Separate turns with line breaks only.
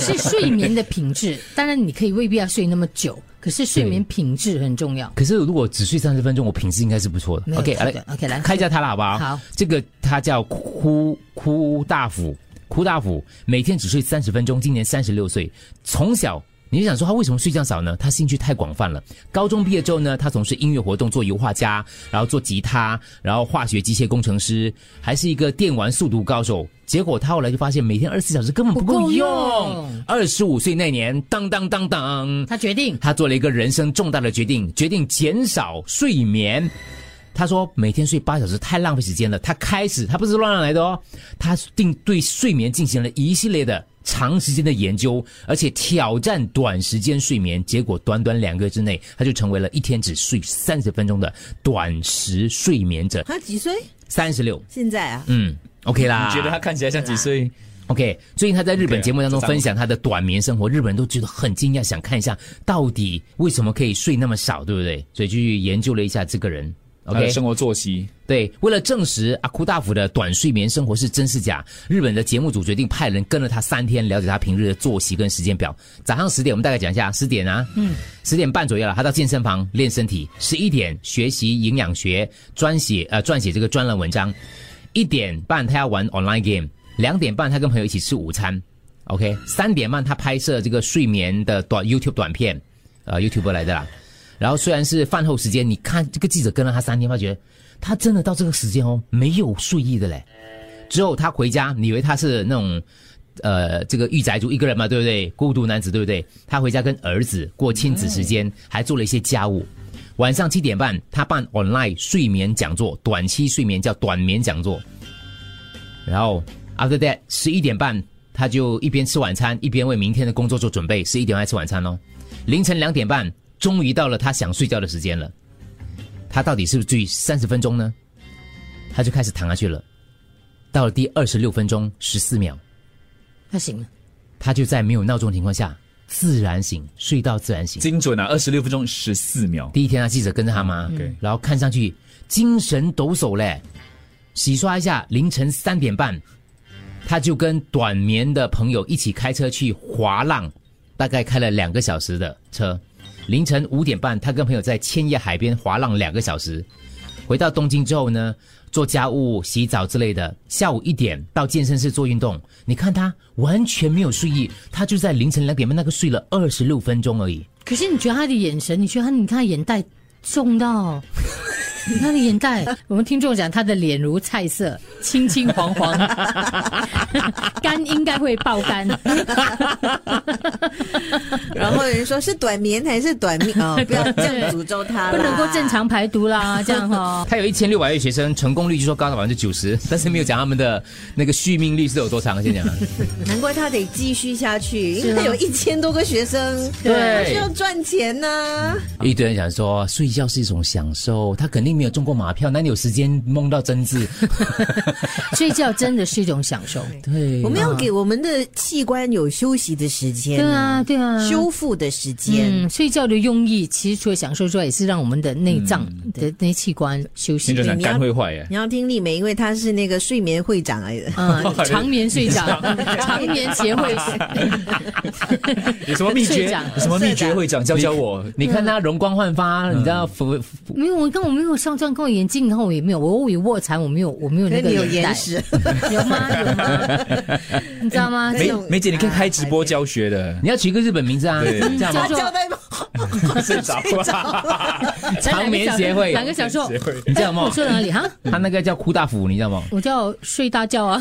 是睡眠的品质。当然，你可以未必要睡那么久，可是睡眠品质很重要。
可是如果只睡三十分钟，我品质应该是不错的。
没有
OK，
错的
来
OK，来
开一下它了，好不好？
好，
这个它叫哭哭大辅，哭大辅每天只睡三十分钟，今年三十六岁，从小。你就想说他为什么睡觉少呢？他兴趣太广泛了。高中毕业之后呢，他从事音乐活动，做油画家，然后做吉他，然后化学机械工程师，还是一个电玩速读高手。结果他后来就发现，每天二十四小时根本不
不
够
够用
用。二十五岁那年，当当当当，
他决定
他做了一个人生重大的决定，决定减少睡眠。他说每天睡八小时太浪费时间了。他开始，他不是乱乱来的哦，他定对睡眠进行了一系列的长时间的研究，而且挑战短时间睡眠。结果短短两个月之内，他就成为了一天只睡三十分钟的短时睡眠者，
他几岁？
三十六。
现在啊，
嗯，OK 啦。
你觉得他看起来像几岁？
OK，最近他在日本
OK 啊
节目当中
这三个
分享他的短眠生活，日本人都觉得很惊讶，想看一下到底为什么可以睡那么少，对不对？所以就去研究了一下这个人。
啊他的
OK，
生活作息，
对，为了证实阿库大辅的短睡眠生活是真是假，日本的节目组决定派人跟了他三天，了解他平日的作息跟时间表。早上十点，我们大概讲一下，十点啊，嗯，十点半左右了，他到健身房练身体；十一点学习营养学，专写呃撰写这个专栏文章；一点半他要玩 online game，两点半他跟朋友一起吃午餐，OK，三点半他拍摄这个睡眠的短 YouTube 短片，呃 YouTube 来的啦。然后虽然是饭后时间，你看这个记者跟了他三天，发觉他真的到这个时间哦，没有睡意的嘞。之后他回家，你以为他是那种呃这个御宅族一个人嘛，对不对？孤独男子，对不对？他回家跟儿子过亲子时间，还做了一些家务。晚上七点半，他办 online 睡眠讲座，短期睡眠叫短眠讲座。然后 after that 十一点半，他就一边吃晚餐，一边为明天的工作做准备。十一点半吃晚餐哦，凌晨两点半，终于到了他想睡觉的时间了。他到底是不是睡三十分钟呢？他就开始躺下去了。到了第二十六分钟十四秒，
他醒了，
他就在没有闹钟的情况下自然醒，睡到自然醒。
精准啊，二十六分钟十四秒。
第一天啊，记者跟着他嘛，
OK
然后看上去精神抖擞嘞。洗刷一下，凌晨三点半，他就跟短眠的朋友一起开车去滑浪，大概开了两个小时的车。凌晨五点半，他跟朋友在千叶海边滑浪两个小时。回到东京之后呢，做家务、洗澡之类的。下午一点到健身室做运动。你看他完全没有睡意，他就在凌晨两点半那个睡了二十六分钟而已。
可是你觉得他的眼神，你觉得他，你看他眼袋重 到。你看他的眼袋，我们听众讲他的脸如菜色，青青黄 黄，肝应该会爆肝。
然后有人说是短眠还是短命哦，不要这样诅咒他啦，
不能够正常排毒啦，这样哈、
他有一千六百位学生，成功率据说高达百分之九 十，但是没有讲他们的那个续命率是有多长。先讲，啊
难怪他得继续下去，
是啊
因为有一千多个学生，
对
需要赚钱呢、
一堆人想说睡觉是一种享受，他肯定没有中过马票，哪里有时间梦到真 字？
睡觉真的是一种享受。
对，啊
我们要给我们的器官有休息的时间
对
啊、
啊，对啊，
修复的时间。
嗯，睡觉的用意其实除了享受之外，也是让我们的内脏的那些器官休息
听着。讲
嗯你要
肝会坏耶，
你要听丽梅，因为她是那个睡眠会长来的。
啊、 长眠睡长，长眠协会
有什么 秘诀？
社长
有什么秘诀？会长教教我。
你看他容光焕发，你知道服服
没有，我刚我没有上妆，跟我眼镜，然后我也没有，我有卧蚕，我没有，我没有那
可
个
是你有
眼袋
眼，屎，
有吗？有 吗？你知道吗？
没
梅
这种
梅姐，你啊可以开直播教学的，
你要取一个日本名字啊，
对
这样吗
叫
她
做
交代吗？
睡着啊了。
长眠协会
两个小时后，
协会
你知道
我
吗？
说哪里哈？
他那个叫哭大福，你知道吗？
我叫睡大觉啊。